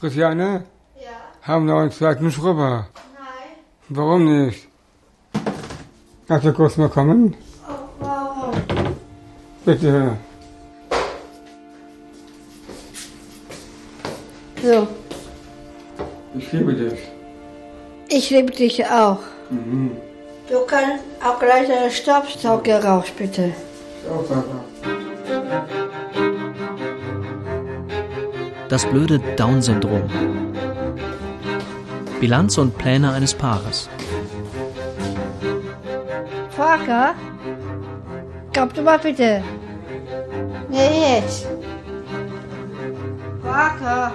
Christiane, Ja, haben wir einen zweiten Schrubber. nein. Warum nicht? Kannst du kurz mal kommen? Oh, warum? Bitte. So, Ich liebe dich. ich liebe dich auch. Mhm. Du kannst auch gleich einen Staubsauger raus, bitte. Auch Oh, Papa. Das blöde Down-Syndrom. Bilanz und Pläne eines Paares. Parker, komm du mal bitte. Nee, jetzt. Parker.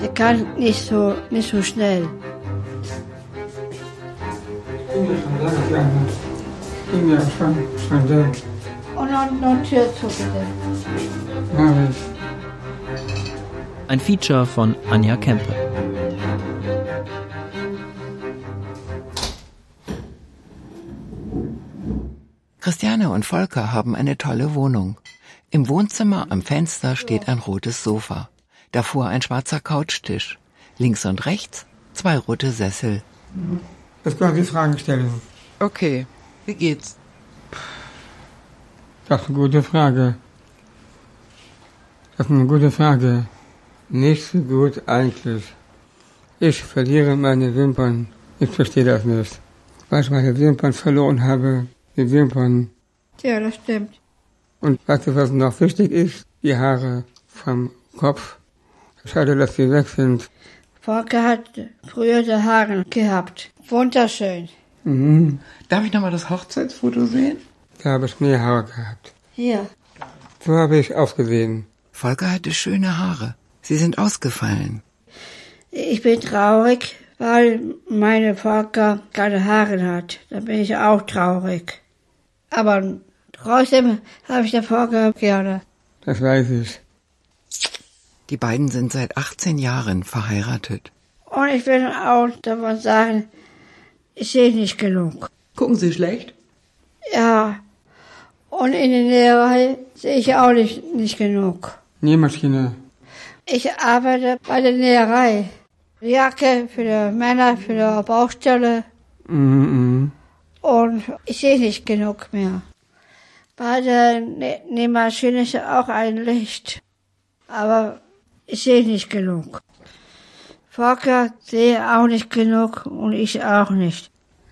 Der kann nicht so, nicht so schnell. Ich bin ja schon lange gerne. Ich bin ja schon, schon da. Und dann noch Tür zu, bitte. Mach ich. Ein Feature von Anja Kempe. Christiane und Volker haben eine tolle Wohnung. Im Wohnzimmer am Fenster steht ein rotes Sofa. Davor ein schwarzer Couchtisch. Links und rechts zwei rote Sessel. Jetzt können Sie Fragen stellen. Okay, wie geht's? Das ist eine gute Frage. Das ist eine gute Frage. Nicht so gut eigentlich. Ich verliere meine Wimpern. Ich verstehe das nicht. Weil ich meine Wimpern verloren habe. Die Wimpern. Ja, das stimmt. Und weißt du, was noch wichtig ist? Die Haare vom Kopf. Schade, dass die weg sind. Volker hat früher die Haare gehabt. Wunderschön. Mhm. Darf ich nochmal das Hochzeitsfoto sehen? Da habe ich nie Haare gehabt. Hier. So habe ich ausgesehen. Volker hatte schöne Haare. Sie sind ausgefallen. Ich bin traurig, weil meine Volker keine Haare hat. Da bin ich auch traurig. Aber trotzdem habe ich den Volker gerne. Das weiß ich. Die beiden sind seit 18 Jahren verheiratet. Und ich bin auch davon sagen, ich sehe nicht genug. Gucken Sie schlecht? Ja. Und in der Nähe sehe ich auch nicht, nicht genug. Nähmaschine. Ich arbeite bei der Näherei. Jacke für die Männer, für die Baustelle. Mhm, mhm. Und ich sehe nicht genug mehr. Bei der Nä- Nähmaschine ist ja auch ein Licht. Aber ich sehe nicht genug. Volker sehe auch nicht genug und ich auch nicht.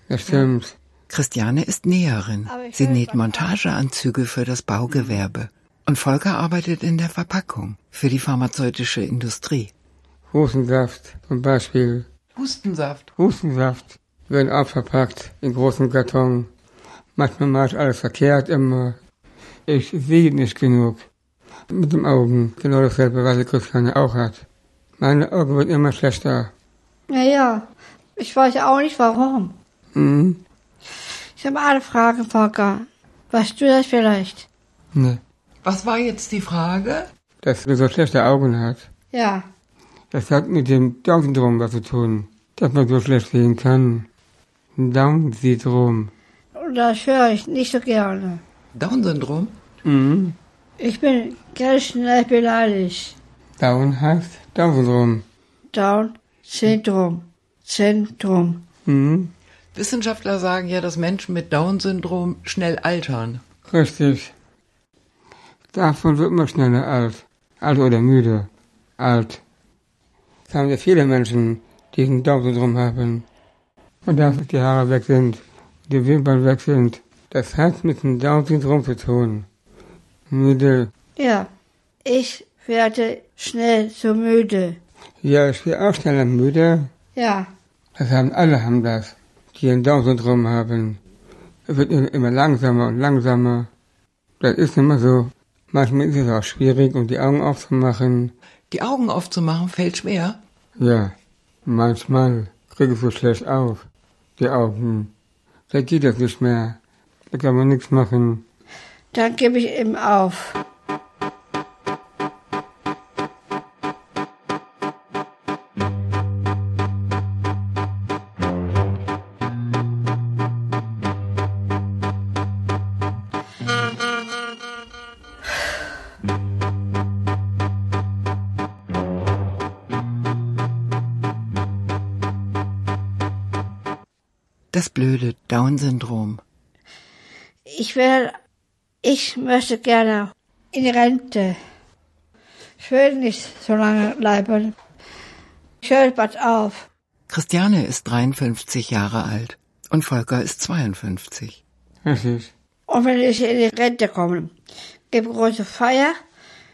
Das stimmt. Christiane ist Näherin. Aber ich Sie will näht was Montageanzüge für das Baugewerbe. Und Volker arbeitet in der Verpackung für die pharmazeutische Industrie. Hustensaft zum Beispiel. Hustensaft. Hustensaft werden auch verpackt in großen Karton. Manchmal mache ich alles verkehrt immer. Ich sehe nicht genug. Mit den Augen, genau dasselbe, was die Christiane auch hat. Meine Augen werden immer schlechter. Naja, ich weiß auch nicht warum. Mhm. Ich habe alle Fragen, Volker. Weißt du das vielleicht? Nee. Was war jetzt die Frage? Dass man so schlechte Augen hat. Ja. Das hat mit dem Down-Syndrom was zu tun. Dass man so schlecht sehen kann. Down-Syndrom. Und das höre ich nicht so gerne. Down-Syndrom? Mhm. Ich bin ganz schnell beleidigt. Down heißt Down-Syndrom. Down-Syndrom. Syndrom. Mhm. Wissenschaftler sagen ja, dass Menschen mit Down-Syndrom schnell altern. Richtig. Davon wird man schneller alt. Alt oder müde. Alt. Es haben ja viele Menschen, die einen Down-Syndrom haben. Und dass die Haare weg sind, die Wimpern weg sind. Das hat mit dem Down-Syndrom zu tun. Müde. Ja, ich werde schnell so müde. Ja, ich bin auch schneller müde. Ja, Das haben alle haben das, die ein Down-Syndrom haben. Es wird im- immer langsamer und langsamer. Das ist immer so. Manchmal ist es auch schwierig, um die Augen aufzumachen. Die Augen aufzumachen fällt schwer. Ja, manchmal kriege ich so schlecht auf. Die Augen. Da geht das nicht mehr. Da kann man nichts machen. dann gebe ich ihm auf. Das blöde Down-Syndrom. Ich will, ich möchte gerne in Rente. Ich will nicht so lange bleiben. Ich höre bald auf. Christiane ist 53 Jahre alt und Volker ist 52. Richtig. Und wenn ich in die Rente komme, gibt große Feier,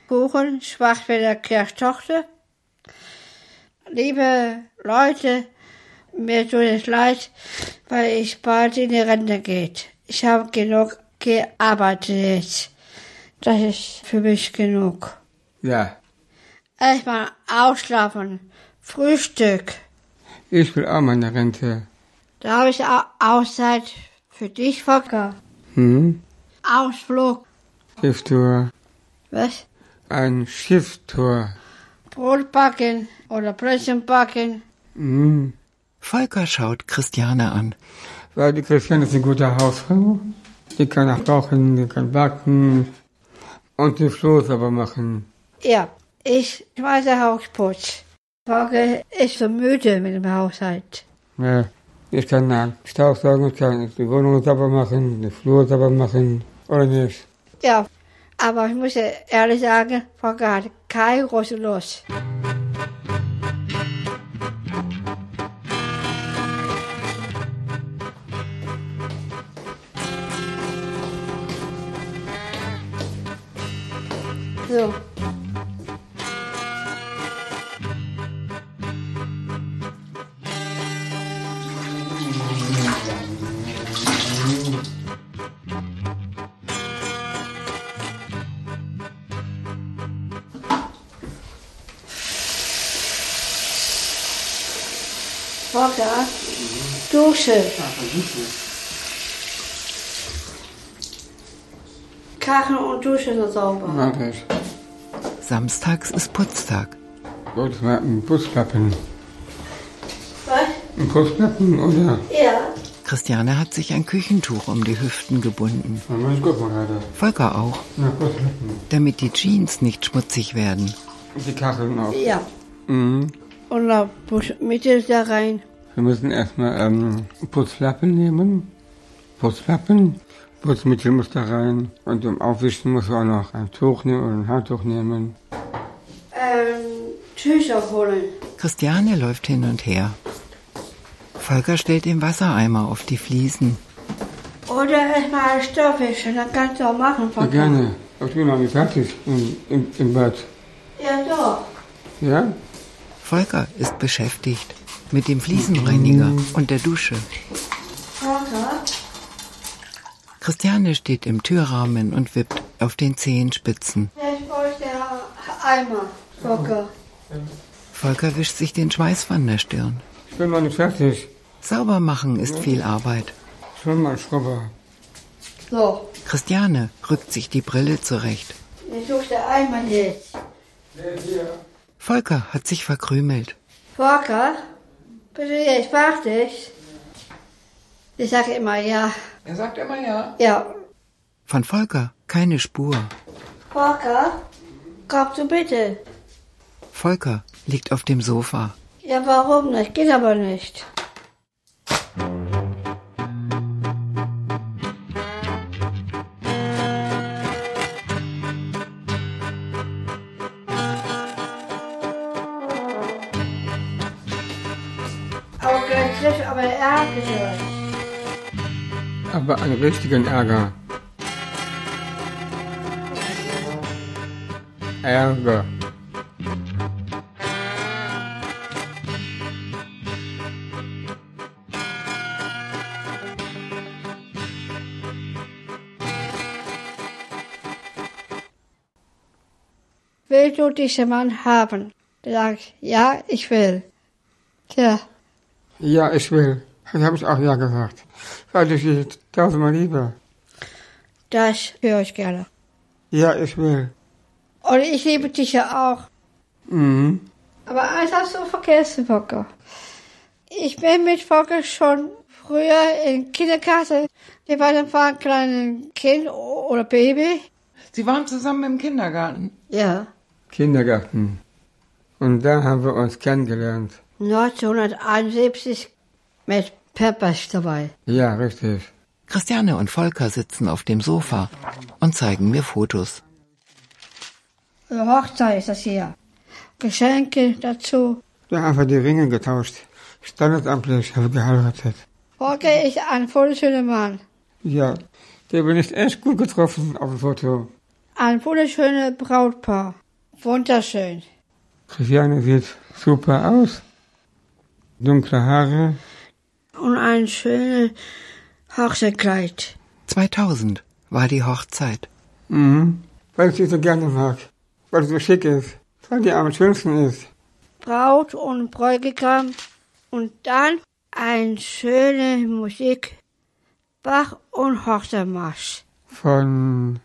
Kuchen, Schwachwälder Kirchtochter. Liebe Leute, mir tut es leid, weil ich bald in die Rente geht. Ich habe genug gearbeitet jetzt. Das ist für mich genug. Ja. Erstmal ausschlafen, Frühstück. Ich will auch meine Rente. Da habe ich auch Auszeit für dich, Volker. Hm? Ausflug. Schifftour. Was? Ein Schifftour. Brot backen oder Brötchen backen. Hm. Volker schaut Christiane an. Weil die Christiane ist eine gute Hausfrau. Die kann auch kochen, die kann backen. Und die Floh sauber machen. Ja, ich weiß der Hausputz. Volker ist so müde mit dem Haushalt. Ja. Ich ne, kann den Staubsaugen, ich kann die Wohnung sauber machen, die Flur sauber machen. Oder nicht? Ja, aber ich muss ja ehrlich sagen, Volker hat keine große Lust. So. Volker, Dusche. Kachen und Dusche so sauber. Mach ich. Samstags ist Putztag. Gut, mal einen Putzlappen. Was? Einen Putzlappen oder? Ja. Christiane hat sich ein Küchentuch um die Hüften gebunden. Man muss gucken, Alter. Volker auch, Na, Putzlappen. damit die Jeans nicht schmutzig werden. Und die Kacheln auch. Ja. Mhm. Und dann muss Mitte da rein. Wir müssen erstmal ähm, Putzlappen nehmen. Putzlappen. Putzmittel muss da rein. Und zum Aufwischen muss man auch noch ein Tuch nehmen oder ein Handtuch nehmen. Ähm, Tücher holen. Christiane läuft hin und her. Volker stellt den Wassereimer auf die Fliesen. Oder erstmal Stoffwäsche, dann kannst du auch machen, Ja, Volker. gerne. Ich bin noch nicht fertig im, im, im Bad. Ja, doch. Ja? Volker ist beschäftigt mit dem Fliesenreiniger und der Dusche. Volker, Christiane steht im Türrahmen und wippt auf den Zehenspitzen. jetzt brauche ich der Eimer, Volker. Volker wischt sich den Schweiß von der Stirn. Ich bin noch nicht fertig. Sauber machen ist viel Arbeit. Schon mal Schrubber. So, Christiane rückt sich die Brille zurecht. ich suche den Eimer jetzt. Volker hat sich verkrümelt. Volker, bitte jetzt, mach dich. Ich sage immer ja. Er sagt immer ja. Ja. Von Volker keine Spur. Volker, kommst du bitte? Volker liegt auf dem Sofa. Ja, warum nicht? Geht aber nicht. Aber gleich trifft aber der Ärger gehört. Aber einen richtigen Ärger. Ärger. Willst du diesen Mann haben? Er sagt, ja, ich will. Tja, Ja, ich will. Das habe ich auch ja gesagt. Weil ich dich tausendmal liebe. das höre ich gerne. Ja, ich will. Und ich liebe dich ja auch. Mhm. Aber eins hast du vergessen, Volker. Ich bin mit Volker schon früher in Kinderkasse. Wir beiden waren kleinen Kind o- oder Baby. Sie waren zusammen im Kindergarten. Ja. Kindergarten. Und da haben wir uns kennengelernt. 1971 mit Peppers dabei. Ja, richtig. Christiane und Volker sitzen auf dem Sofa und zeigen mir Fotos. Eine Äh, Hochzeit ist das hier. Geschenke dazu. Ja, einfach die Ringe getauscht. Standesamtlich habe geheiratet. Volker ist ein wunderschöner Mann. Ja, der bin ich echt gut getroffen auf dem Foto. Ein wunderschönes Brautpaar. Wunderschön. Christiane sieht super aus. Dunkle Haare. Und ein schönes Hochzeitkleid. 2000 war die Hochzeit. Mhm. Weil ich sie so gerne mag. Weil sie so schick ist. Weil die am schönsten ist. Braut und Bräutigam. Und dann eine schöne Musik. Bach und Hochzeitmarsch. Von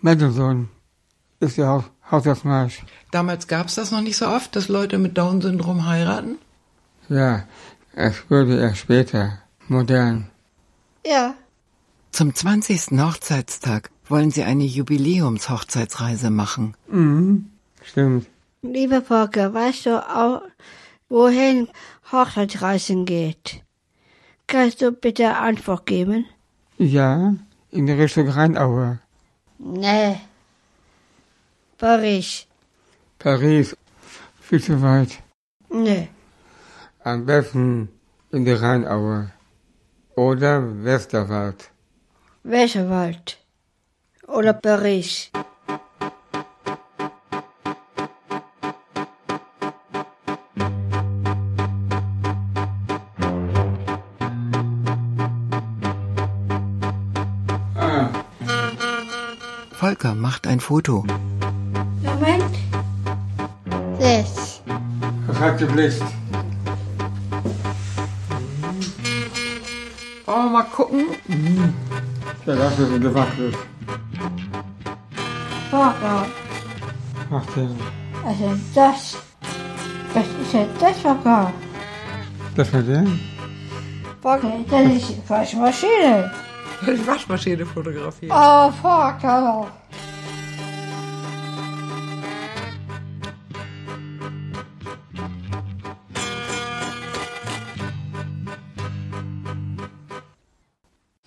Mendelssohn ist der Haus Haushaltsmarsch. Damals gab es das noch nicht so oft, dass Leute mit Down-Syndrom heiraten. Ja, es wurde erst später modern. Ja, Zum 20. Hochzeitstag wollen sie eine Jubiläumshochzeitsreise machen. Mhm. Stimmt. lieber Volker, weißt du auch, wohin Hochzeitsreisen geht? Kannst du bitte Antwort geben? Ja, in die Richtung Rheinaue. Nee. Paris. Paris, viel zu weit. Nee. Am besten in die Rheinaue. Oder Westerwald. Westerwald. Oder Paris. Volker macht ein Foto. Moment. Jetzt. Das hat geblitzt. Wollen wir mal gucken? Mhm. Ja, das ist gewackelt. Volker, Ach, der- was ist denn Also, das? Was ist denn das, Volker? das war der? Volker, das ist die falsche Maschine. Die Waschmaschine fotografieren. Oh, Volker.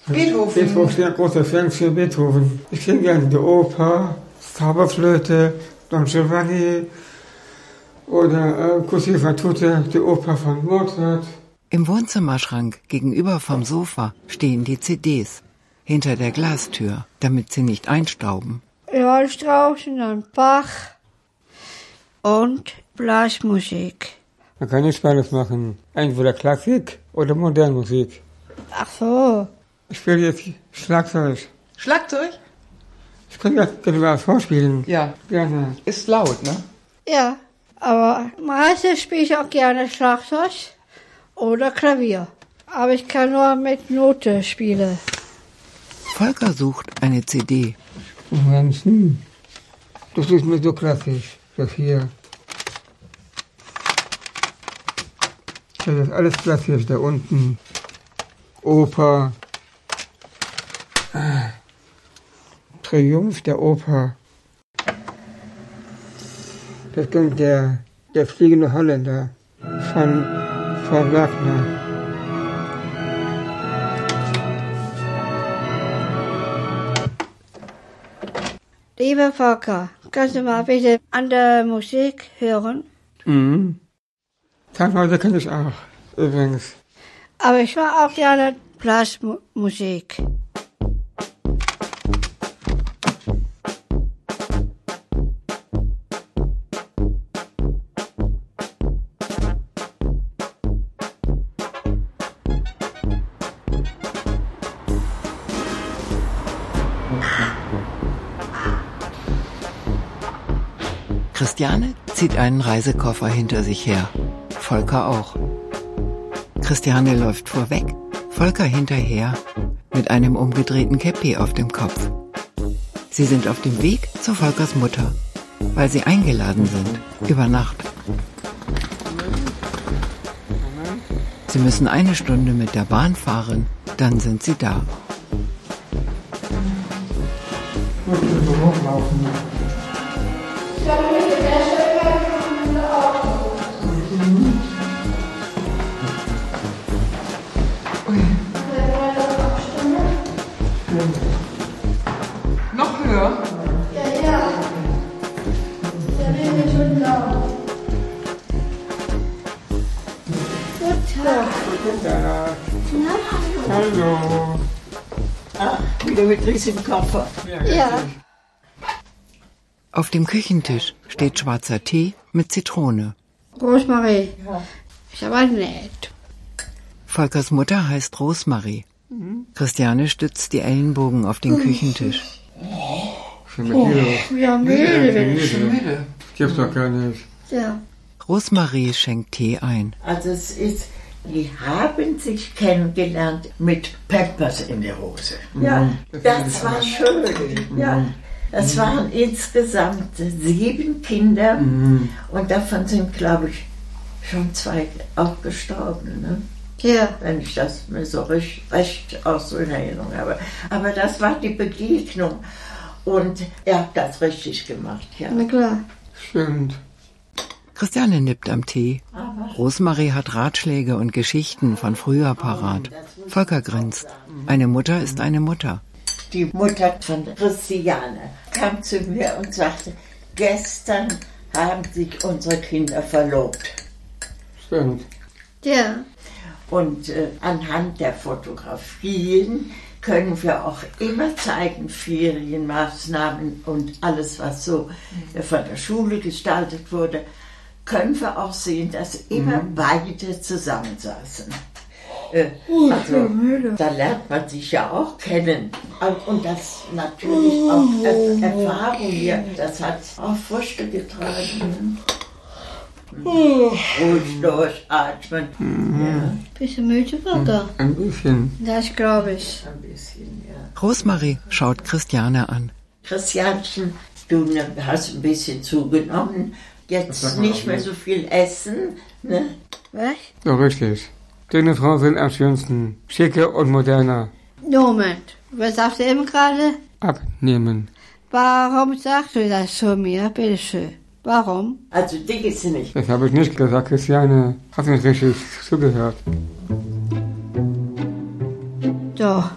Beethoven. Beethoven, sehr großer Fan für Beethoven. Ich kenne gerne die Oper, Zauberflöte, Don Giovanni oder äh, Così fan tutte, die Oper von Mozart. Im Wohnzimmerschrank gegenüber vom Sofa stehen die CDs. Hinter der Glastür, damit sie nicht einstauben. läuft draußen ein Bach und Blasmusik. Man kann nicht beides machen. Entweder Klassik oder Modernmusik. Ach so, Ich spiele jetzt Schlagzeug. Schlagzeug? Ich kann das gerne mal vorspielen. Ja, Gerne. ist laut, ne? ja. Aber meistens spiele ich auch gerne Schlagzeug oder Klavier. Aber ich kann nur mit Note spielen. Volker sucht eine CD. Moment, hm. Das ist mir so klassisch, das hier. Das ist alles klassisch da unten. Oper. Ah. Triumph der Oper. Das kommt der, der fliegende Holländer von, von Wagner. Lieber Volker, kannst du mal bitte andere Musik hören? Mhm. Teilweise kann ich auch, übrigens. Aber ich höre auch gerne Blasmusik. Christiane zieht einen Reisekoffer hinter sich her. Volker auch. Christiane läuft vorweg, Volker hinterher, mit einem umgedrehten Käppi auf dem Kopf. Sie sind auf dem Weg zu Volkers Mutter, weil sie eingeladen sind, über Nacht. Sie müssen eine Stunde mit der Bahn fahren, dann sind sie da. Hallo. Wieder mit riesigem Koffer. Ja, Auf dem Küchentisch steht schwarzer Tee mit Zitrone. Rosmarie. Ist aber nett. Volkers Mutter heißt Rosmarie. Christiane stützt die Ellenbogen auf den Küchentisch. Schon mit dir. Ja, müde. Müde. Gibt's doch gar nicht. Ja. Rosmarie schenkt Tee ein. Also es ist, die haben sich kennengelernt mit Pampers in der Hose. Mhm. Ja, das war schön. Ja. Es waren insgesamt sieben Kinder und davon sind, glaube ich, schon zwei auch gestorben. Ne? Ja, wenn ich das mir so recht, recht aus so in Erinnerung habe. Aber das war die Begegnung und er hat das richtig gemacht, ja. na klar. Stimmt. Christiane nippt am Tee. Rosmarie hat Ratschläge und Geschichten von früher parat. Volker grinst. Eine Mutter ist eine Mutter. Die Mutter von Christiane kam zu mir und sagte, gestern haben sich unsere Kinder verlobt. Stimmt. Ja, Und äh, anhand der Fotografien können wir auch immer zeigen, Ferienmaßnahmen und alles, was so äh, von der Schule gestaltet wurde, können wir auch sehen, dass immer beide zusammensaßen. Äh, Also, da lernt man sich ja auch kennen. Und- Und das natürlich auch als Erfahrung hier, das hat auch Früchte getragen. ne? Ruhig durchatmen. Ja. bist du müde, Volker? Ein bisschen. Das glaube ich. Ein bisschen, ja. Rosmarie schaut Christiane an. Christianchen, du ne- hast ein bisschen zugenommen. Jetzt nicht mehr so viel essen. Ne? Was? So richtig. Dünne Frauen sind am schönsten. Schicke und moderner. Moment, was sagst du eben gerade? Abnehmen. Warum sagst du das zu mir, bitteschön? Warum? Also dick ist sie nicht. Das habe ich nicht gesagt, Christiane. Hast nicht richtig zugehört. Doch.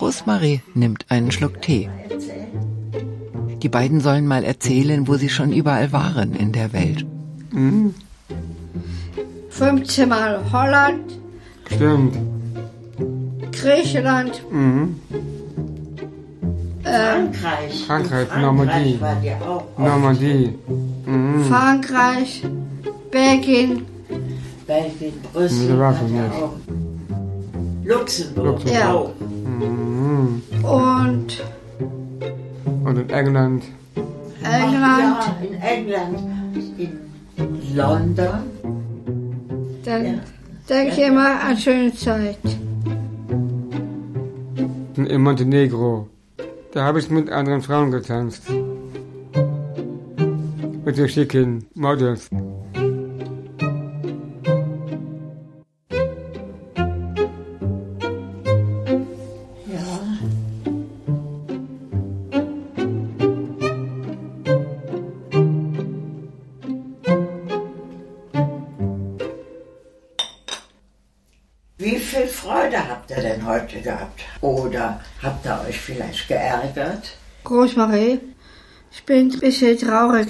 Rosmarie nimmt einen Schluck Tee. Ähm, Die beiden sollen mal erzählen, wo sie schon überall waren in der Welt. 15 Mal Holland, Stimmt. Griechenland, Frankreich. Frankreich, In Normandie. war die auch. oft. Normandie. Frankreich, Belgien, Belgien, Nee, war Brüssel. war sie die nicht. auch. Luxemburg. Luxemburg. Ja. auch. und Und in England. England. Ja, in England. In London. Dann denke ich immer an schöne Zeit. Und in Montenegro. Da habe ich mit anderen Frauen getanzt. Mit so schicken Models. Wie viel Freude habt ihr denn heute gehabt? Oder habt ihr euch vielleicht geärgert? Großmarie, ich bin ein bisschen traurig.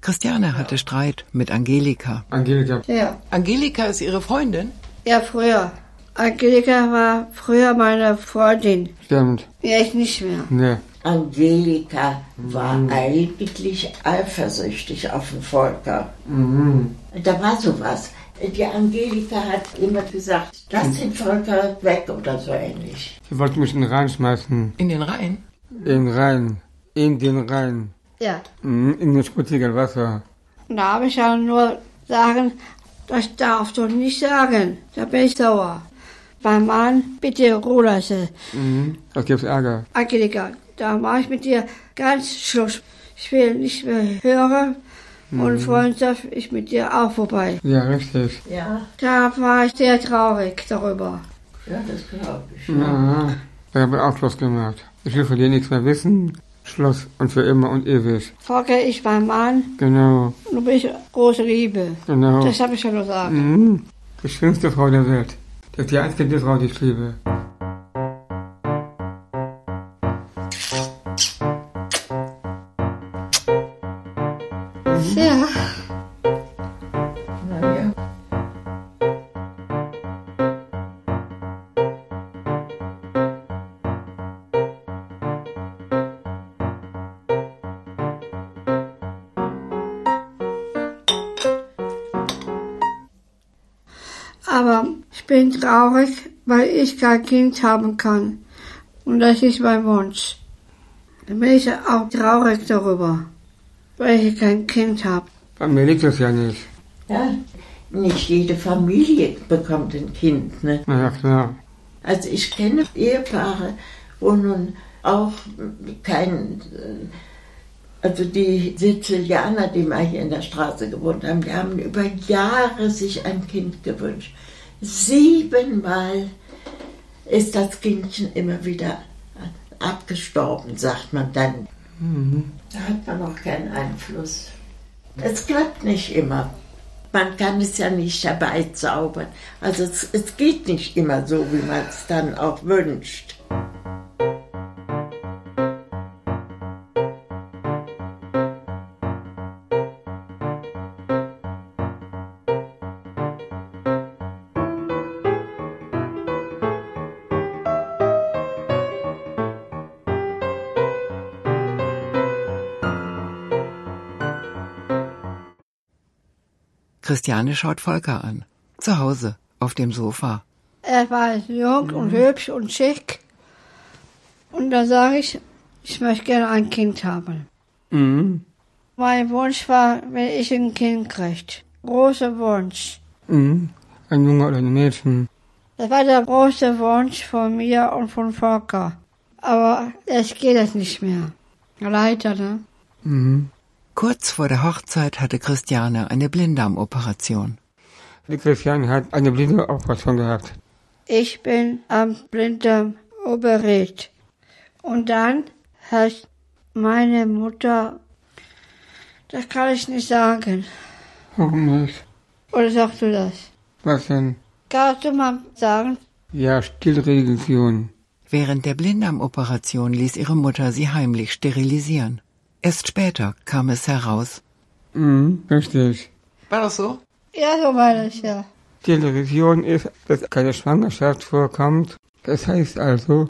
Christiane hatte Streit mit Angelika. Angelika. Ja, Angelika ist ihre Freundin? ja früher. Angelika war früher meine Freundin. Stimmt. Ja, ich nicht mehr. Ne. Angelika war eigentlich eifersüchtig auf den Volker. Da war sowas. Die Angelika hat immer gesagt, lass den Volker weg oder so ähnlich. Sie wollte mich in den Rhein schmeißen. In den Rhein? In den Rhein. In den Rhein. Ja. Mhm, In das schmutzige Wasser. Da habe ich ja nur sagen, das darfst du nicht sagen. Da bin ich sauer. Mein Mann, bitte Ruhe lassen. Mhm. Das gibt's Ärger. Angelika, da mache ich mit dir ganz Schluss. Ich will nicht mehr hören und Freundschaft ist mit dir auch vorbei. Ja, richtig. Ja, Da war ich sehr traurig darüber. ja das glaube ich. Ja. Da habe Ah, ich auch Schluss gemacht. Ich will von dir nichts mehr wissen. Schluss und für immer und ewig. Volker ist mein Mann Genau, und du bist große Liebe. genau. Das habe ich schon gesagt. Mhm. Die schönste Frau der Welt. Das ist die einzige Frau, die ich liebe. Ja. Na ja. Aber ich bin traurig, weil ich kein Kind haben kann. Und das ist mein Wunsch. Dann bin ich auch traurig darüber, weil ich kein Kind habe. Bei mir liegt das ja nicht. Ja, nicht jede Familie bekommt ein Kind. Ne? Na ja, klar. Also ich kenne Ehepaare, wo nun auch kein, äh, also die Sizilianer, die mal hier in der Straße gewohnt haben, die haben über Jahre sich ein Kind gewünscht. Siebenmal ist das Kindchen immer wieder abgestorben, sagt man dann. Da hat man auch keinen Einfluss. Es klappt nicht immer. Man kann es ja nicht herbeizaubern. Also es, es geht nicht immer so, wie man es dann auch wünscht. Christiane schaut Volker an. Zu Hause, auf dem Sofa. Er war jung und hübsch und schick. Und da sage ich, ich möchte gerne ein Kind haben. Mhm. Mein Wunsch war, wenn ich ein Kind kriege. Großer Wunsch. Mhm. Ein Junge oder ein Mädchen. Das war der große Wunsch von mir und von Volker. Aber es geht jetzt nicht mehr. Leider, ne? Mhm. Kurz vor der Hochzeit hatte Christiane eine Blinddarmoperation. Die Christiane hat eine blinde Operation gehabt. Ich bin am Blinddarm operiert. Und dann hat meine Mutter, das kann ich nicht sagen. Warum nicht? Oder sagst du das? Was denn? Kannst du mal sagen? Ja, Stillregion. Während der Blinddarmoperation ließ ihre Mutter sie heimlich sterilisieren. Erst später kam es heraus. Mhm. Richtig. War das so? Ja, so meine ich, ja. Stillregion ist, dass keine Schwangerschaft vorkommt. Das heißt also,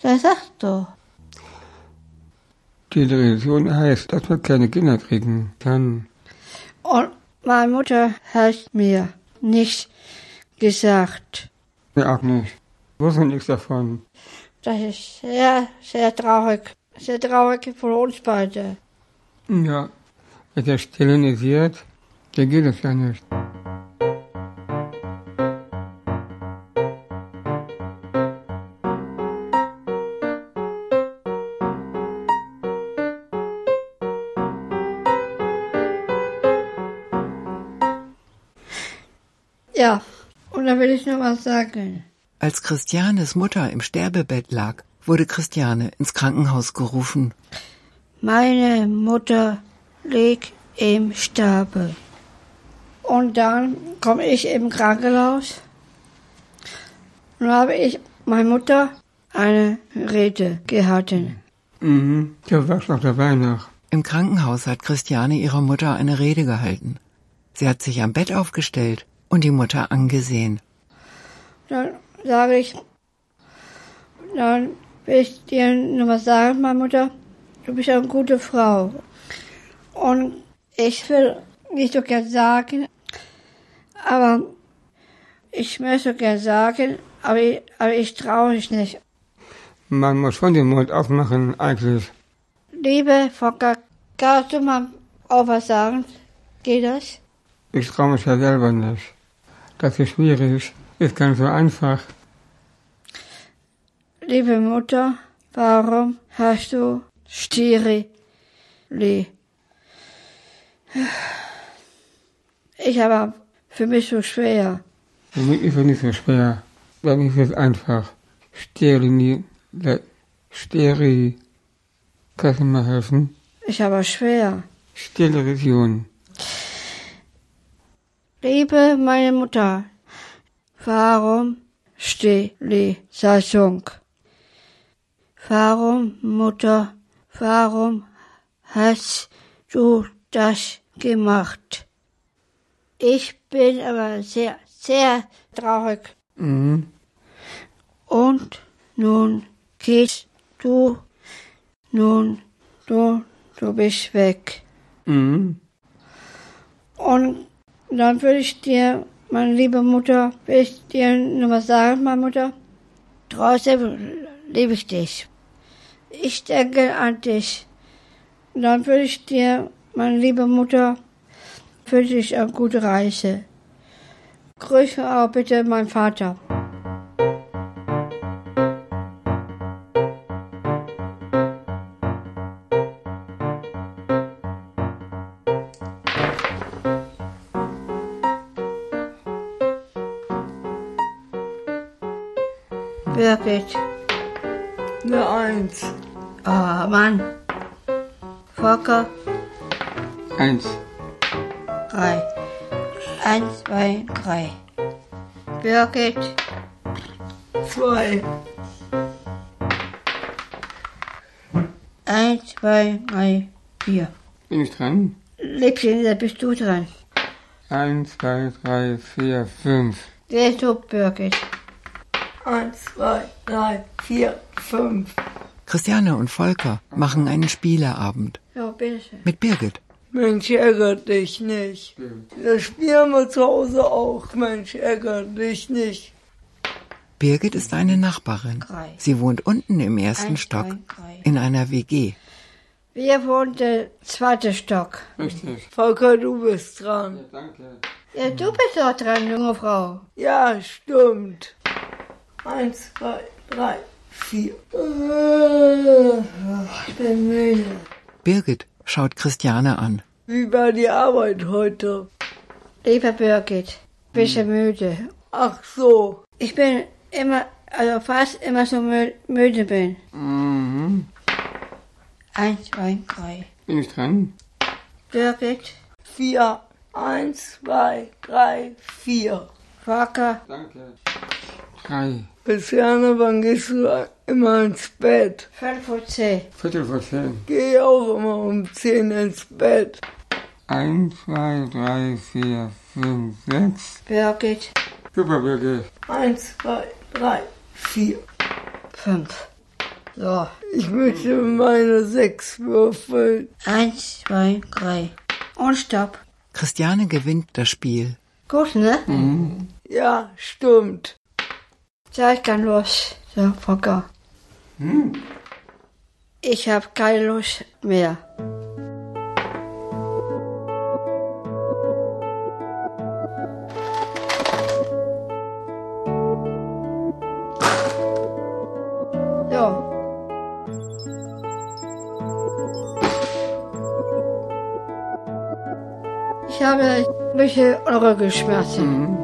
Das sagst du. Stillregion heißt, dass man keine Kinder kriegen kann. Und meine Mutter hat mir nichts gesagt. Ja, auch nicht. Wusste nichts davon. Das ist sehr, sehr traurig. Sehr traurig für uns beide. Ja, wenn der sterilisiert, dann geht es ja nicht. Ja, und da will ich noch was sagen. Als Christianes Mutter im Sterbebett lag, wurde Christiane ins Krankenhaus gerufen. Meine Mutter liegt im Sterbe. Und dann komme ich im Krankenhaus und habe ich meine Mutter eine Rede gehalten. Mhm. Du warst auch dabei noch. Im Krankenhaus hat Christiane ihrer Mutter eine Rede gehalten. Sie hat sich am Bett aufgestellt und die Mutter angesehen. Dann sage ich, dann will ich dir nur was sagen, meine Mutter. Du bist eine gute Frau. Und ich will nicht so gern sagen, aber ich möchte so gern sagen, aber ich, aber ich traue mich nicht. Man muss schon den Mund aufmachen, eigentlich. Liebe Volker, kannst du mal auch was sagen? Geht das? Ich traue mich ja selber nicht. Das ist schwierig. Ist ganz so einfach. Liebe Mutter, warum hast du Stiri? Ich habe für mich so schwer. Für mich ist es nicht so schwer. Bei mir ist es einfach. Sterili. Steri. Kannst du mir helfen? Ich habe schwer. Stillregion. Liebe meine Mutter, warum Sterilisation? Warum, Mutter, warum hast du das gemacht. Ich bin aber sehr, sehr traurig. Mhm. Und nun gehst du. Nun, du, du bist weg. Mhm. Und dann würde ich dir, meine liebe Mutter, will ich dir nochmal sagen, meine Mutter, trotzdem liebe ich dich. Ich denke an dich. Und dann würde ich dir, meine liebe Mutter, wünsche ich eine gute Reise. Grüße auch bitte meinen Vater. Birgit. Nur eins. Oh Mann. Volker, Eins. drei. Eins, zwei, drei. Birgit, Zwei. eins, zwei, drei, vier. Bin ich dran? Liebchen, da bist du dran. Eins, zwei, drei, vier, fünf. Wer ist du, Birgit? Eins, zwei, drei, vier, fünf. Christiane und Volker machen einen Spieleabend Ja, bitteschön. mit Birgit. Mensch, ärger dich nicht. Das spielen wir zu Hause auch. Mensch, ärger dich nicht. Birgit ist eine Nachbarin. Drei. Sie wohnt unten im ersten Eins, Stock drei, drei. in einer WG. Wir wohnen im zweiten Stock. Richtig. Volker, du bist dran. Danke. Ja, du bist doch dran, junge Frau. Ja, stimmt. Eins, zwei, drei, vier. Äh, Ich bin müde. Birgit schaut Christiane an. Wie war die Arbeit heute? Lieber Birgit, bist du müde? Ach so. Ich bin immer, also fast immer so mü müde bin. Mhm. Eins, zwei, drei. Bin ich dran? Birgit, Vier. Eins, zwei, drei, vier. Volker, Danke. Drei. Christiane, ne, wann gehst du immer ins Bett? fünf und zehn. Viertel vor zehn. Geh auch immer um zehn ins Bett. Eins, zwei, drei, vier, fünf, sechs. Birgit, Super, Birgit. Eins, zwei, drei, vier. fünf. So, Ich möchte meine sechs würfeln. eins, zwei, drei. Und stopp. Christiane gewinnt das Spiel. Gut, ne? Ja, stimmt. So, ich kann los. So, Volker. Ich hab keine Lust mehr. So, Ich habe ein bisschen Rückenschmerzen.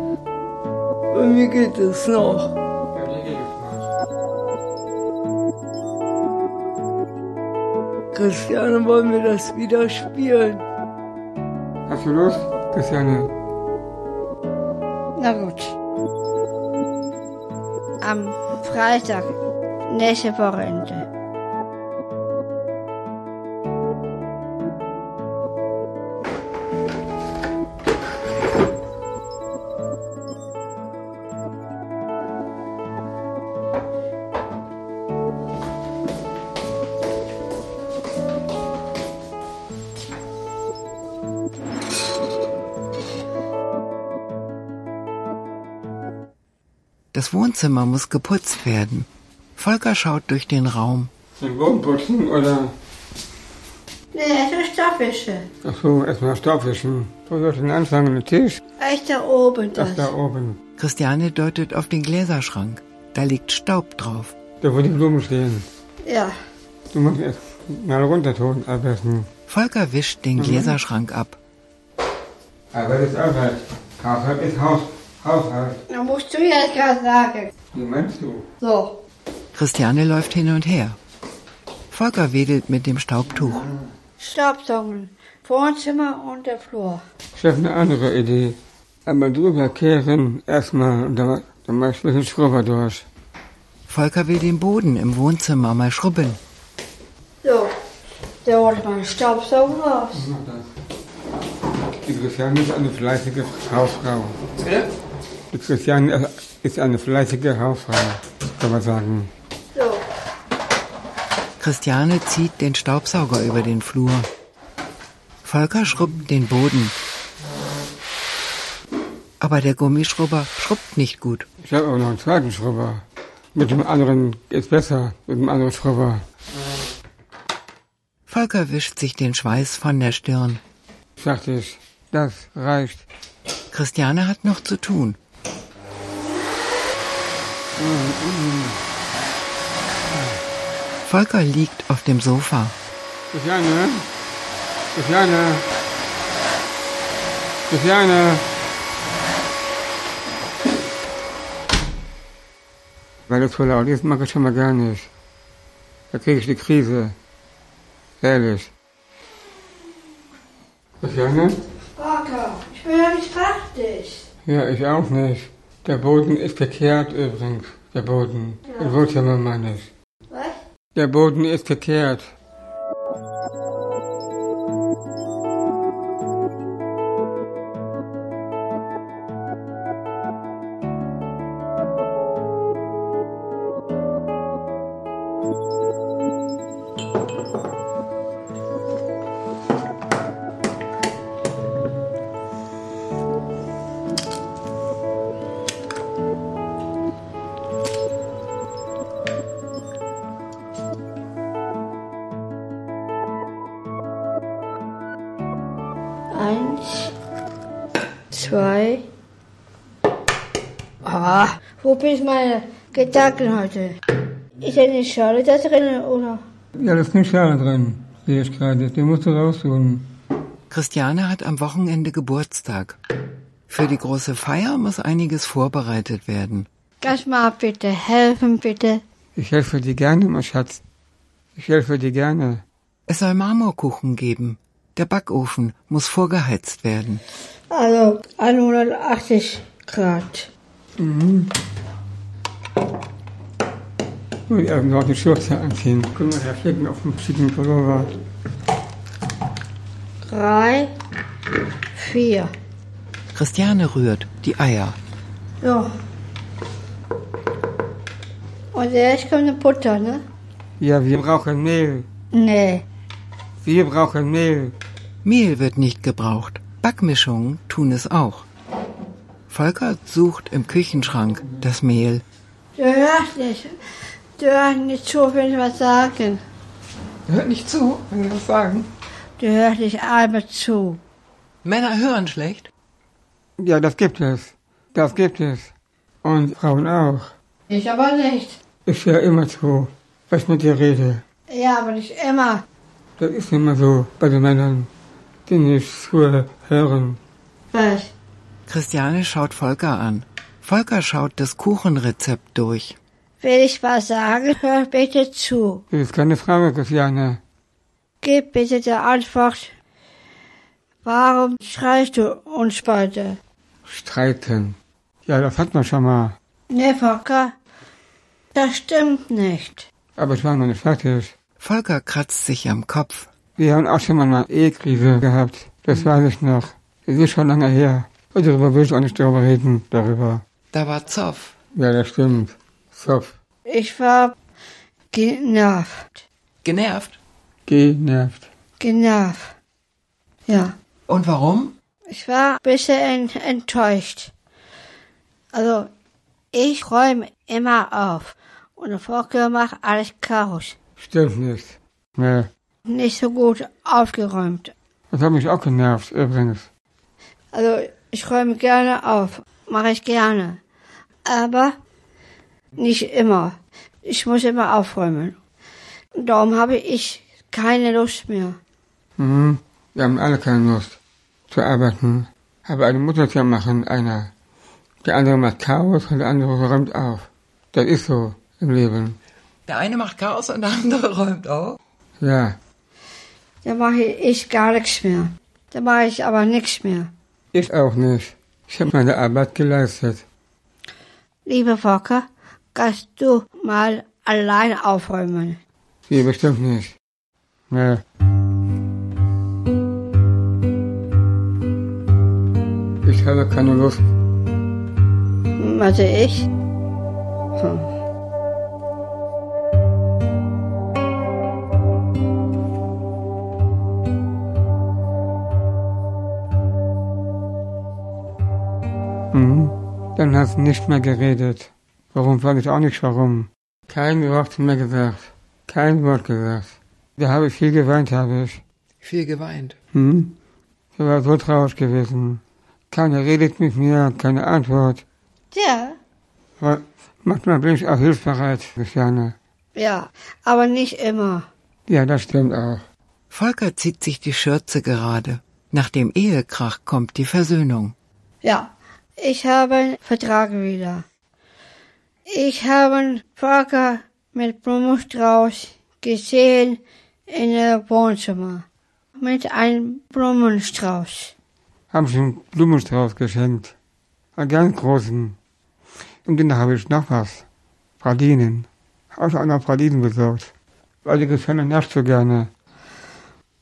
Bei mir geht es noch. Christiane, wollen wir das wieder spielen? Hast du Lust? Christiane. Na gut. Am Freitag, nächste Wochenende. Das Wohnzimmer muss geputzt werden. Volker schaut durch den Raum. Den Boden putzen oder? Nee, das ist Staffische. Ach so, erstmal Staubwischen. Wo soll ich denn anfangen? Den Tisch? Echt da oben Das das. da oben. Christiane deutet auf den Gläserschrank. Da liegt Staub drauf. Da wo die Blumen stehen. Ja. Du musst erst mal runter tun, am besten. Volker wischt den Gläserschrank ab. Arbeit ist Arbeit. Haushalt ist Haus Haushalt. Da musst du jetzt gerade sagen. Wie meinst du? So. Christiane läuft hin und her. Volker wedelt mit dem Staubtuch. Staubsaugen. Wohnzimmer und der Flur. Ich habe eine andere Idee. Einmal drüber kehren, erstmal, und dann, dann mach ich ein bisschen Schrubber durch. Volker will den Boden im Wohnzimmer mal schrubben. So. Da hole ich meinen Staubsaugen raus. Mach das. Die Christiane ist eine fleißige Hausfrau. Bitte? Die Christiane ist eine fleißige Hausfrau, kann man sagen. So, Christiane zieht den Staubsauger über den Flur. Volker schrubbt den Boden. Aber der Gummischrubber schrubbt nicht gut. Ich habe aber noch einen zweiten Schrubber. Mit dem anderen geht's besser, mit dem anderen Schrubber. Volker wischt sich den Schweiß von der Stirn. Sagt ich, das reicht. Christiane hat noch zu tun. Volker liegt auf dem Sofa. Christiane? Christiane? Christiane? Weil es so laut ist, mag ich schon mal gar nicht. Da kriege ich die Krise. Ehrlich. Christiane? Parker, ich bin ja nicht fertig. Ja, ich auch nicht. Der Boden ist verkehrt übrigens. Der Boden. Im Wohnzimmer meine ich. Was? Der Boden ist verkehrt. Eins, zwei. Ah, wo bin ich meine Gedanken heute? Ist ja nicht Schale da drin, oder? Ja, da ist eine Schale drin, sehe ich gerade. Den musst du rausholen. Christiane hat am Wochenende Geburtstag. Für die große Feier muss einiges vorbereitet werden. Kannst mal bitte helfen, bitte. Ich helfe dir gerne, mein Schatz. Ich helfe dir gerne. Es soll Marmorkuchen geben. Der Backofen muss vorgeheizt werden. Also 180 Grad. Und er noch eine Schürze anziehen. Guck mal, da fliegen auf dem schicken Pullover. Drei, vier. Christiane rührt die Eier. So. Und jetzt kommt eine Butter, ne? Ja, wir brauchen Mehl. Nee. Wir brauchen Mehl. Mehl wird nicht gebraucht. Backmischungen tun es auch. Volker sucht im Küchenschrank das Mehl. Du hörst nicht. Du hörst nicht zu, wenn ich was sagen. Hört nicht zu, wenn wir was sagen. Du hörst nicht einmal zu. Männer hören schlecht. Ja, das gibt es. Das gibt es. Und Frauen auch. Ich aber nicht. Ich höre immer zu, was ich mit dir rede. Ja, aber nicht immer. Das ist immer so bei den Männern, die nicht zuhören. Was? Christiane schaut Volker an. Volker schaut das Kuchenrezept durch. Will ich was sagen, hör bitte zu. Das ist keine Frage, Christiane. Gib bitte die Antwort. Warum schreist du uns beide? Streiten. Ja, das hat man schon mal. Ne, Volker, das stimmt nicht. Aber ich war noch nicht fertig. Volker kratzt sich am Kopf. Wir haben auch schon mal eine Ehekrise gehabt. Das weiß ich noch. Das ist schon lange her. Und darüber will ich auch nicht drüber reden. Darüber. Da war Zoff. Ja, das stimmt. Zopf. Ich war genervt. Genervt. Genervt. Genervt. Ja. Und warum? Ich war ein bisschen en- enttäuscht. Also, ich räume immer auf. Und der Volker macht alles Chaos. Stimmt nicht. Nee. Nicht so gut aufgeräumt. Das hat mich auch genervt, übrigens. Also, ich räume gerne auf. Mache ich gerne. Aber nicht immer. Ich muss immer aufräumen. Darum habe ich keine Lust mehr. Mhm. Wir haben alle keine Lust zu arbeiten. Aber eine Mutter zu machen, einer. Der andere macht Chaos und der andere räumt auf. Das ist so im Leben. Der eine macht Chaos und der andere räumt auf. Ja. Dann mache ich gar nichts mehr. Dann mache ich aber nichts mehr. Ich auch nicht. Ich habe meine Arbeit geleistet. Liebe Volker, kannst du mal allein aufräumen? Sie bestimmt nicht. Nee. habe keine Lust. Warte, ich? Hm. Mhm. Dann hast du nicht mehr geredet. Warum frage ich auch nicht warum? Kein Wort mehr gesagt. Kein Wort gesagt. Da habe ich viel geweint, habe ich. Viel geweint. Hm? Ich war so traurig gewesen. Keiner redet mit mir, keine Antwort. Ja, Aber manchmal bin ich auch hilfsbereit, Christiane. ja, aber nicht immer. Ja, das stimmt auch. Volker zieht sich die Schürze gerade. Nach dem Ehekrach kommt die Versöhnung. Ja, ich habe einen Vertrag wieder. Ich habe einen Parker mit Blumenstrauß gesehen in der Wohnzimmer. Mit einem Blumenstrauß. Haben sie einen Blumenstrauß geschenkt. Einen ganz großen. Und dann habe ich noch was. Pralinen. Habe ich auch noch Pralinen besorgt. Weil die gefallen mir nicht so gerne.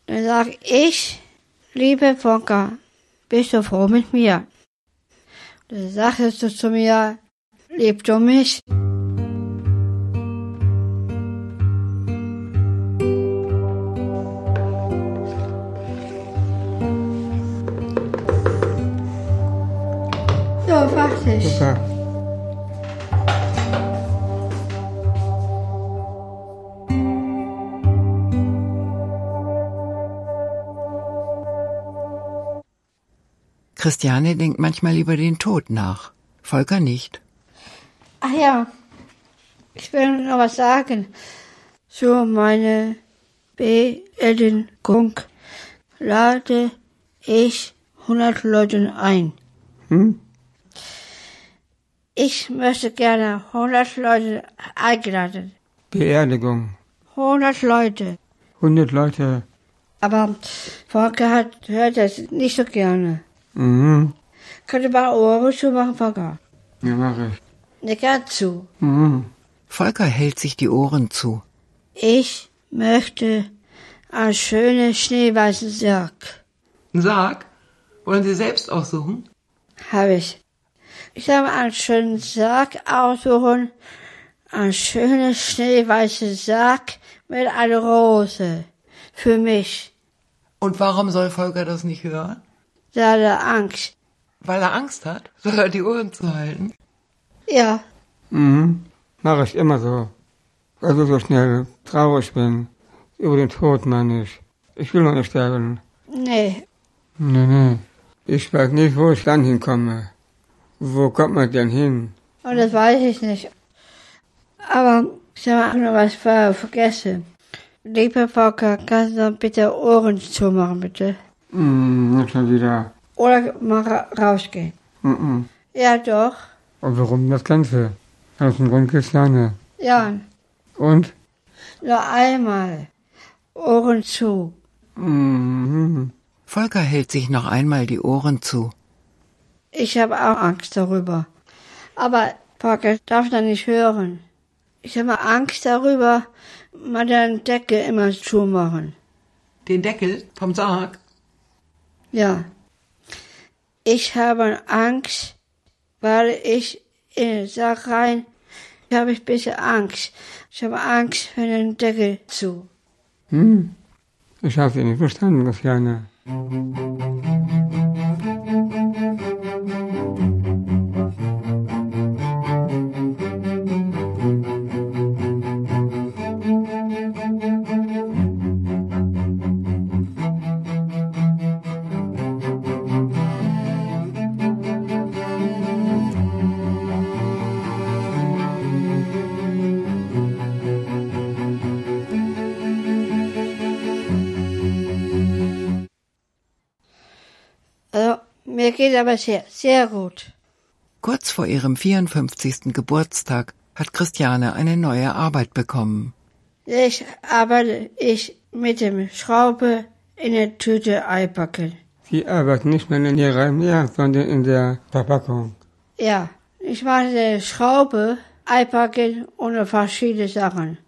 Dann sag ich, liebe Wonka, bist du froh mit mir? Dann sagst du zu mir, liebst du mich? So, fertig. Super. Christiane denkt manchmal über den Tod nach. Volker nicht. Ach ja, ich will noch was sagen zu meiner Beerdigung. Lade ich 100 Leute ein. Hm? Ich möchte gerne 100 Leute eingeladen. Beerdigung. 100 Leute. 100 Leute. Aber Volker hat, hört das nicht so gerne. Mhm. Könnte man Ohren zu machen, Volker? Ja, mache ich. Nicht ganz zu. Mhm. Volker hält sich die Ohren zu. Ich möchte einen schönen schneeweißen Sarg. Sarg? Wollen Sie selbst aussuchen? Habe ich. Ich habe einen schönen Sarg aussuchen. Einen schönen schneeweißen Sarg mit einer Rose. Für mich. Und warum soll Volker das nicht hören? Da hat er Angst. Weil er Angst hat, soll er die Ohren zu halten. Ja, Mhm. Mache ich immer so. Weil ich so schnell traurig bin. Über den Tod meine ich. Ich will noch nicht sterben. nee. Nee, nee. Ich weiß nicht, wo ich dann hinkomme. Wo kommt man denn hin? Und das weiß ich nicht. Aber ich habe noch was vorher vergessen. Liebe Volker, kannst du dann bitte Ohren zumachen, bitte? Hm, nicht schon wieder. Oder mal ra- rausgehen. Mhm. Ja, doch. Und warum das Ganze? Aus dem Grund Christiane. Ja, Und? nur einmal. Ohren zu. Mhm. Volker hält sich noch einmal die Ohren zu. Ich habe auch Angst darüber. Aber Parker darf da nicht hören. Ich habe Angst darüber, meine Decke immer zumachen. Den Deckel vom Sarg. Ja. Ich habe Angst, weil ich in den Sack rein habe ich ein bisschen Angst. Ich habe Angst für den Deckel zu. Hm. Ich habe sie nicht verstanden, Christiane. Also, mir geht aber sehr, sehr gut. Kurz vor ihrem 54. Geburtstag hat Christiane eine neue Arbeit bekommen. Ich arbeite ich mit dem Schraube in der Tüte einpacken. Sie arbeiten nicht mehr in ihrer mehr, sondern in der Verpackung. Ja, ich mache Schraube, einpacken und verschiedene Sachen.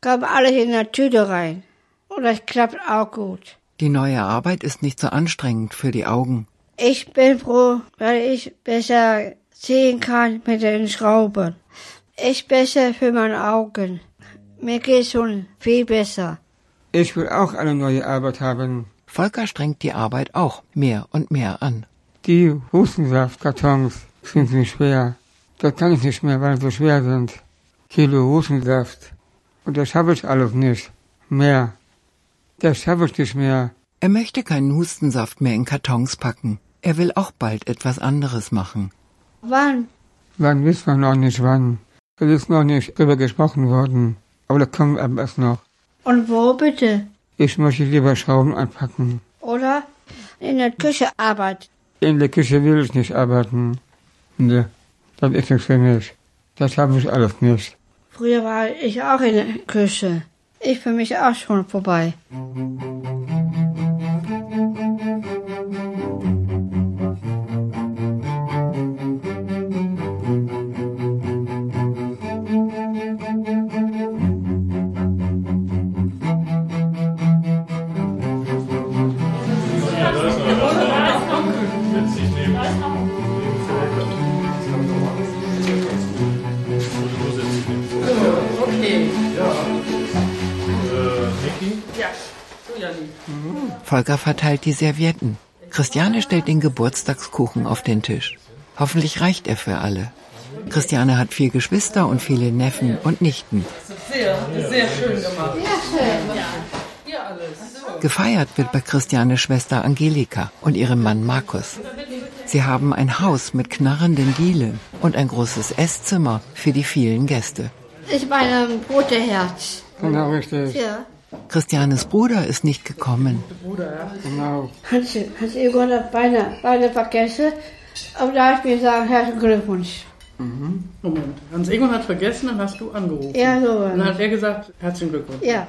Kommt alles in der Tüte rein. Und das klappt auch gut. Die neue Arbeit ist nicht so anstrengend für die Augen. Ich bin froh, weil ich besser sehen kann mit den Schrauben. Ich besser für meine Augen. Mir geht schon viel besser. Ich will auch eine neue Arbeit haben. Volker strengt die Arbeit auch mehr und mehr an. Die Hustensaftkartons sind mir schwer. Das kann ich nicht mehr, weil sie so schwer sind. Kilo Hustensaft. Und das habe ich alles nicht. Mehr. Das habe ich nicht mehr. Er möchte keinen Hustensaft mehr in Kartons packen. Er will auch bald etwas anderes machen. Wann? Wann wissen wir noch nicht wann? Es ist noch nicht drüber gesprochen worden. Aber da kommt am besten noch. Und wo bitte? Ich möchte lieber Schrauben anpacken. Oder in der Küche arbeiten. In der Küche will ich nicht arbeiten. Ne, das ist nichts für mich. Das habe ich alles nicht. Früher war ich auch in der Küche. Ich für mich auch schon vorbei. Volker verteilt die Servietten. Christiane stellt den Geburtstagskuchen auf den Tisch. Hoffentlich reicht er für alle. Christiane hat vier Geschwister und viele Neffen und Nichten. Gefeiert wird bei Christianes Schwester Angelika und ihrem Mann Markus. Sie haben ein Haus mit knarrenden Dielen und ein großes Esszimmer für die vielen Gäste. Ich meine, rote Herz. Genau, richtig. Ja. Christianes Bruder ist nicht gekommen. Genau. Hans, Hans Igor hat beinahe, beinahe vergessen. Aber darf ich mir sagen, herzlichen Glückwunsch. Moment, Hans Egon hat vergessen, dann hast du angerufen. Ja, so. ähm, Und Dann hat er gesagt, herzlichen Glückwunsch. Ja.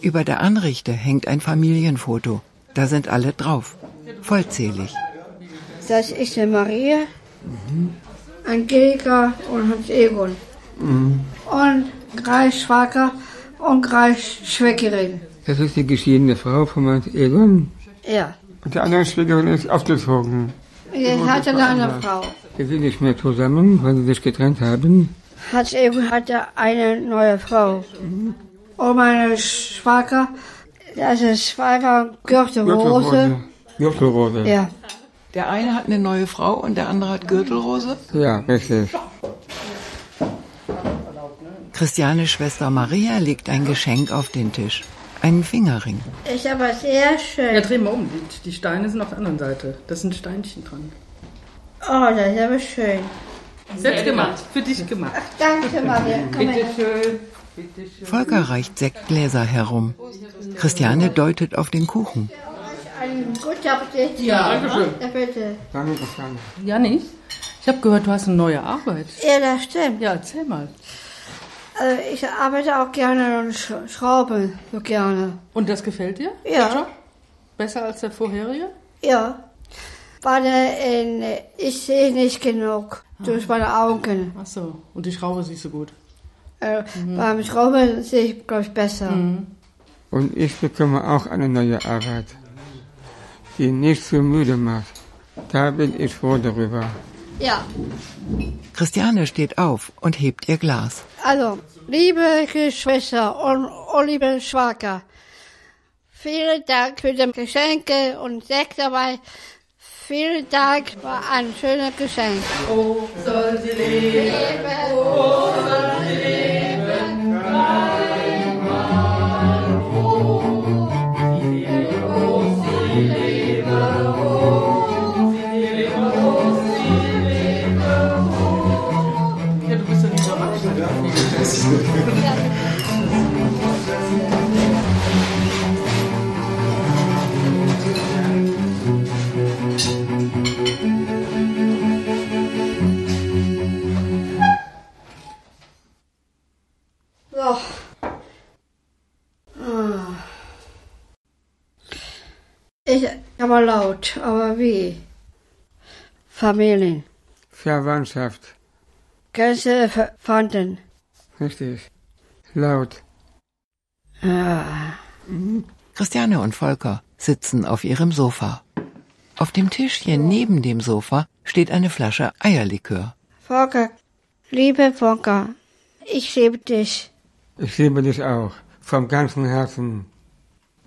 Über der Anrichte hängt ein Familienfoto. Da sind alle drauf. Vollzählig. Das ist die Maria, Angelika und Hans Egon. Und drei Schwager und drei Schwägerin. Das ist die geschiedene Frau von meinem Egon. Ja. Und der andere Schwiegerin ist aufgezogen. Jetzt hat er eine andere Frau. Wir sind nicht mehr zusammen, weil sie sich getrennt haben. Hans Egon hatte äh, eine neue Frau. Und meine Schwager, das ist Schwager Gürtel Rose. Gürtelrose. Ja. Ja. Der eine hat eine neue Frau und der andere hat Gürtelrose. ja, richtig. Christianes Schwester Maria legt ein Geschenk auf den Tisch. Einen Fingerring. Ist aber sehr schön. Ja, dreh mal um, die, die Steine sind auf der anderen Seite. Das sind Steinchen dran. Oh, das ist aber schön. Selbst gemacht, für dich gemacht. Danke, Maria. Komm her. Volker reicht Sektgläser herum. Christiane deutet auf den Kuchen. Einen guten Appetit. Ja, danke schön. Ja, bitte. Danke, Christiane. Janis, ich habe gehört, du hast eine neue Arbeit. Ja, das stimmt. Ja, erzähl mal. Also ich arbeite auch gerne und sch schraube so gerne. Und das gefällt dir? Ja. Der Job? Besser als der vorherige? Ja. Warte, äh, ich sehe nicht genug durch meine Augen. Ach so, und die Schraube siehst du gut. Äh, Beim Schrauben sehe ich, glaube ich, besser. Und ich bekomme auch eine neue Arbeit, die nicht so müde macht. Da bin ich froh darüber. Ja. Christiane steht auf und hebt ihr Glas. Also, liebe Geschwister und, und liebe Schwager, vielen Dank für die Geschenke und Sekt dabei. Vielen Dank, war ein schönes Geschenk. Ja, du bist ja nicht so arbeiten. So. Ah. Ich aber laut, aber wie? Familien. Verwandtschaft, Ganze Verwandten. richtig. Laut. Ja. Ah. Christiane und Volker sitzen auf ihrem Sofa. Auf dem Tischchen neben dem Sofa steht eine Flasche Eierlikör. Volker, liebe Volker, ich liebe dich. Ich liebe dich auch. Vom ganzen Herzen.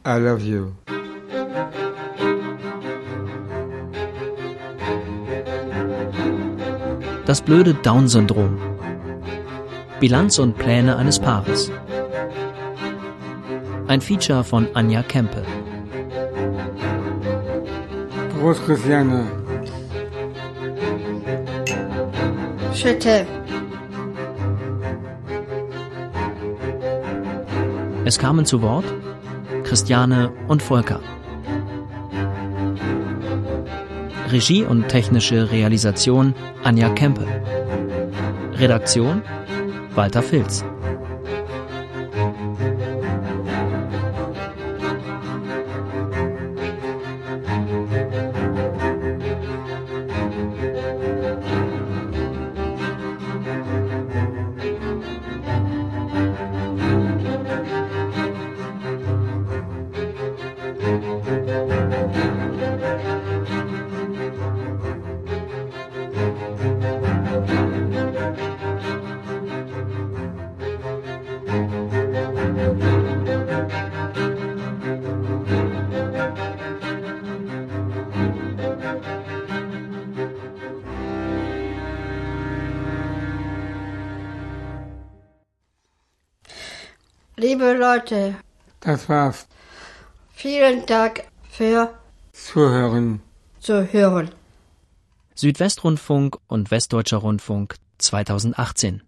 I love you. Das blöde Down-Syndrom. Bilanz und Pläne eines Paares. Ein Feature von Anja Kempe. Prost, Christiane. Schütte. Es kamen zu Wort Christiane und Volker. Regie und technische Realisation Anja Kempe. Redaktion Walter Filz. Liebe Leute, Das war's. vielen Dank für Zuhören. Zuhören. Südwestrundfunk und Westdeutscher Rundfunk 2018.